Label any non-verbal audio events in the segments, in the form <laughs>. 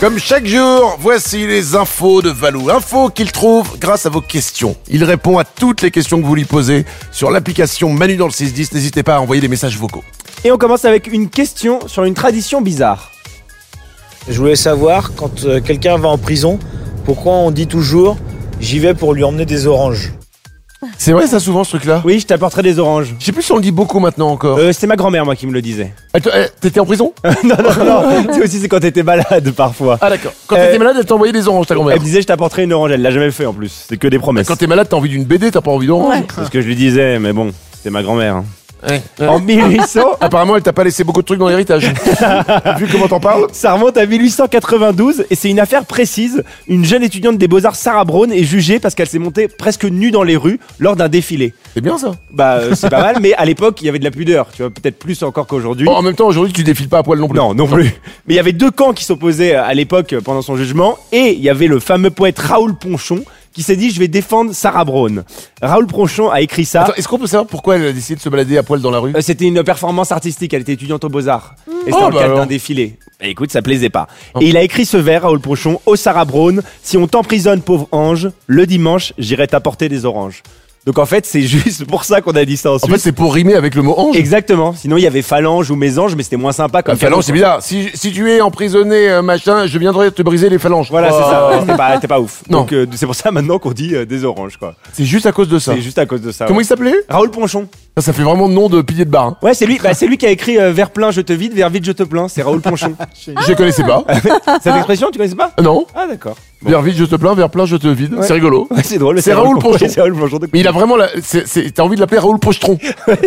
Comme chaque jour, voici les infos de Valou. Infos qu'il trouve grâce à vos questions. Il répond à toutes les questions que vous lui posez sur l'application Manu dans le 610. N'hésitez pas à envoyer des messages vocaux. Et on commence avec une question sur une tradition bizarre. Je voulais savoir, quand euh, quelqu'un va en prison, pourquoi on dit toujours j'y vais pour lui emmener des oranges C'est vrai ça souvent ce truc-là Oui, je t'apporterai des oranges. Je sais plus si on le dit beaucoup maintenant encore. Euh, c'est ma grand-mère, moi, qui me le disait. <laughs> Eh, t- eh, T'étais en prison non, <laughs> non, non. c'est aussi c'est quand t'étais malade, parfois. Ah d'accord. Quand Euh, t'étais malade, elle t'envoyait des oranges ta grand-mère. Bah, Elle me disait, je t'apporterai une orange. Elle l'a jamais fait, en plus. C'est que des promesses. Quand t'es malade, t'as envie d'une BD, t'as pas envie d'oranges. C'est ce que je lui disais, mais bon, c'est ma grand-mère. hein. Ouais. Ouais. En 1800, Apparemment, elle t'a pas laissé beaucoup de trucs dans l'héritage. <laughs> Vu comment t'en parles. Ça remonte à 1892 et c'est une affaire précise. Une jeune étudiante des Beaux-Arts, Sarah Braun, est jugée parce qu'elle s'est montée presque nue dans les rues lors d'un défilé. C'est bien ça. Bah, euh, <laughs> c'est pas mal, mais à l'époque, il y avait de la pudeur, tu vois, peut-être plus encore qu'aujourd'hui. Bon, Oh, en même temps, aujourd'hui, tu défiles pas à poil non plus. Non, non plus. Mais il y avait deux camps qui s'opposaient euh, à l'époque euh, pendant son jugement et il y avait le fameux poète Raoul Ponchon qui s'est dit je vais défendre Sarah Braun. Raoul Ponchon a écrit ça. Attends, est-ce qu'on peut savoir pourquoi elle a décidé de se balader à poil dans la rue Euh, C'était une performance artistique, elle était étudiante aux Beaux-Arts. Et c'était Oh, bah dans le cadre alors. d'un défilé. Et écoute, ça plaisait pas. Oh. Et il a écrit ce vers, Raoul Ponchon, au Sarah Braun Si on t'emprisonne, pauvre ange, le dimanche, j'irai t'apporter des oranges. Donc en fait, c'est <laughs> juste pour ça qu'on a dit ça En ensuite. fait, c'est pour rimer avec le mot ange. Exactement. Sinon, il y avait phalange ou mésange, mais c'était moins sympa comme Comme phalange, c'est bizarre. Si, si tu es emprisonné, euh, machin, je viendrai te briser les phalanges. Voilà, c'est Oh. ça. C'était pas, c'était pas ouf. Non. Donc euh, c'est pour ça maintenant qu'on dit euh, des oranges, quoi. C'est juste à cause de ça. C'est juste à cause de ça. Comment ouais. il s'appelait Raoul Ponchon. ça, ça fait vraiment nom de pilier de bar. hein. Ouais, c'est lui. Bah, c'est lui qui a écrit euh, Vers plein, je te vide, vers vide, je te plains. C'est Raoul Ponchon. Je connaissais pas. <laughs> Cette expression, tu connaissais pas non. Ah d'accord. Bon. Vers vide, je te plains. Vers plein, je te vide. Ouais. C'est rigolo. Ouais, c'est drôle. mais C'est Raoul Ponchon. Ouais, <laughs> C'est Raoul Ponchon. Mais il a vraiment la. c'est- c'est- T'as envie de l'appeler Raoul <laughs> Pochetron.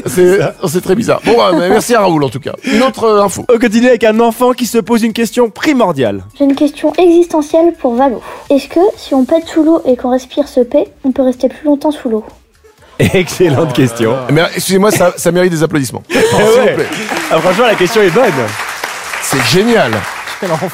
c'est c'est très bizarre. Bon, bah, mais merci à Raoul en tout cas. Une autre euh, info. On continue avec un enfant qui se pose une question primordiale. J'ai une question existentielle pour Valo. Est-ce que si on pète sous l'eau et qu'on respire ce P, on peut rester plus longtemps sous l'eau Excellente question. Mais excusez-moi, ça, ça mérite des <laughs> applaudissements. Oh. Eh S'il ouais. vous plaît. Ah, franchement, la question est bonne. C'est génial.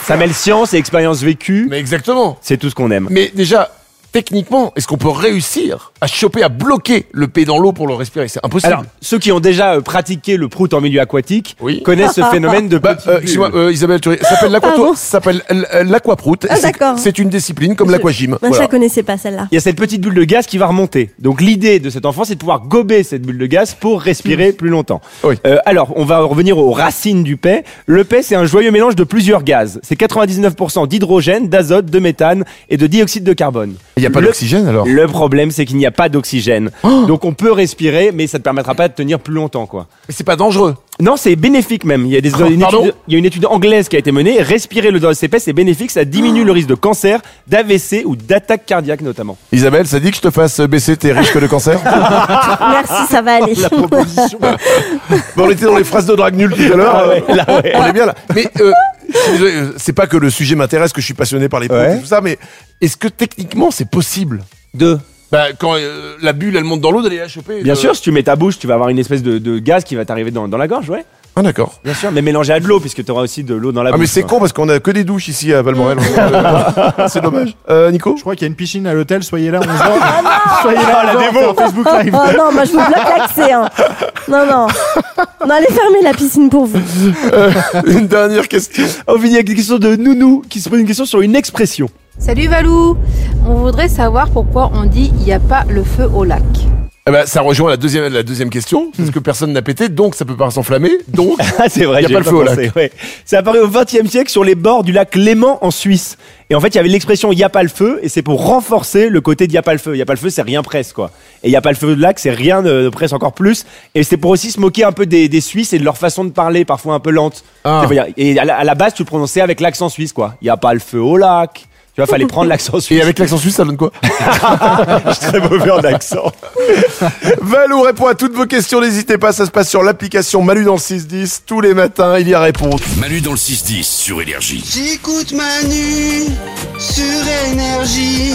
Ça mêle science et expérience vécue. Mais exactement. C'est tout ce qu'on aime. Mais déjà, techniquement, est-ce qu'on peut réussir à choper, à bloquer le P dans l'eau pour le respirer C'est impossible. Alors, ceux qui ont déjà euh, pratiqué le prout en milieu aquatique Oui. connaissent ce <laughs> phénomène de Bah, petite euh, bulle. excuse-moi, euh, Isabelle Touré, ça s'appelle l'aquato- Ah bon ça s'appelle l- euh, l'aquaproute. Ah, C'est- d'accord. C'est une discipline comme l'aquagym. Moi, je Euh, Voilà. la connaissais <laughs> pas celle-là. il y a cette petite bulle de gaz qui va remonter. Donc l'idée de cet enfant, c'est de pouvoir gober cette bulle de gaz pour respirer plus longtemps. Oui. Euh, alors, on va revenir aux racines du paix. Le paix, c'est un joyeux mélange de plusieurs gaz. C'est 99% d'hydrogène, d'azote, de méthane et de dioxyde de carbone. Il n'y a pas Le- d'oxygène Oh. alors Le problème, c'est qu'il n'y a pas d'oxygène. Donc on peut respirer, mais ça ne te permettra pas de tenir plus longtemps, quoi. Mais c'est pas dangereux. Non, c'est bénéfique même. Il y, a des, Oh, une pardon étude, il y a une étude anglaise qui a été menée. Respirer l'odeur de ces paix, c'est bénéfique. Ça diminue le risque de cancer, d'AVC ou d'attaque cardiaque notamment. Isabelle, ça dit que je te fasse baisser tes risques de <laughs> cancer Merci, ça va aller. Bon, On était dans les phrases de drague nulle tout à l'heure. Ah ouais, là, ouais. On est bien là. Mais euh, je suis désolé, euh, c'est pas que le sujet m'intéresse, que je suis passionné par les potes Ouais. et tout ça, mais est-ce que techniquement c'est possible Deux. bah, Quand euh, la bulle elle monte dans l'eau, d'aller la choper euh. Bien de- sûr, si tu mets ta bouche, tu vas avoir une espèce de, de gaz qui va t'arriver dans, dans la gorge, ouais. Ah d'accord. Bien sûr, mais mélangé à de l'eau, puisque tu auras aussi de l'eau dans la Ah bouche. mais c'est quoi. con parce qu'on a que des douches ici à Valmorel. <laughs> Euh, c'est dommage. Euh, Nico Je crois qu'il y a une piscine à l'hôtel, soyez là, on se voit. soyez là, on se voit, on fait un Facebook Live. oh non, moi, je vous bloque l'accès. hein. Non, non. Non, allez fermer la piscine pour vous. <laughs> Une dernière question. On finit avec une question de Nounou qui se pose une question sur une expression. Salut Valou On voudrait savoir pourquoi on dit il n'y a pas le feu au lac. Eh ben, ça rejoint la deuxième, la deuxième question, parce que personne n'a pété, donc ça peut pas s'enflammer, <laughs> donc... Ah, c'est vrai, Y a j'y pas ai le feu au pensé, ouais. C'est apparu au XXe siècle sur les bords du lac Léman en Suisse. Et en fait, il y avait l'expression il n'y a pas le feu, et c'est pour renforcer le côté d'il n'y a pas le feu. Il n'y a pas le feu, c'est rien presse, quoi. Et il n'y a pas le feu de lac, c'est rien de, de presse encore plus. Et c'est pour aussi se moquer un peu des, des Suisses et de leur façon de parler, parfois un peu lente. Ah. C'est pour dire- Et à la, à la base, tu le prononçais avec l'accent suisse, quoi. Il n'y a pas le feu au lac. Tu vois, fallait prendre l'accent Et suisse. avec l'accent suisse, ça donne quoi Je suis <laughs> très mauvais en accent. <laughs> Valou répond à toutes vos questions, n'hésitez pas, ça se passe sur l'application Malu dans le 610, tous les matins, il y a réponse. Manu dans le 6-10 sur Énergie. J'écoute Manu sur énergie.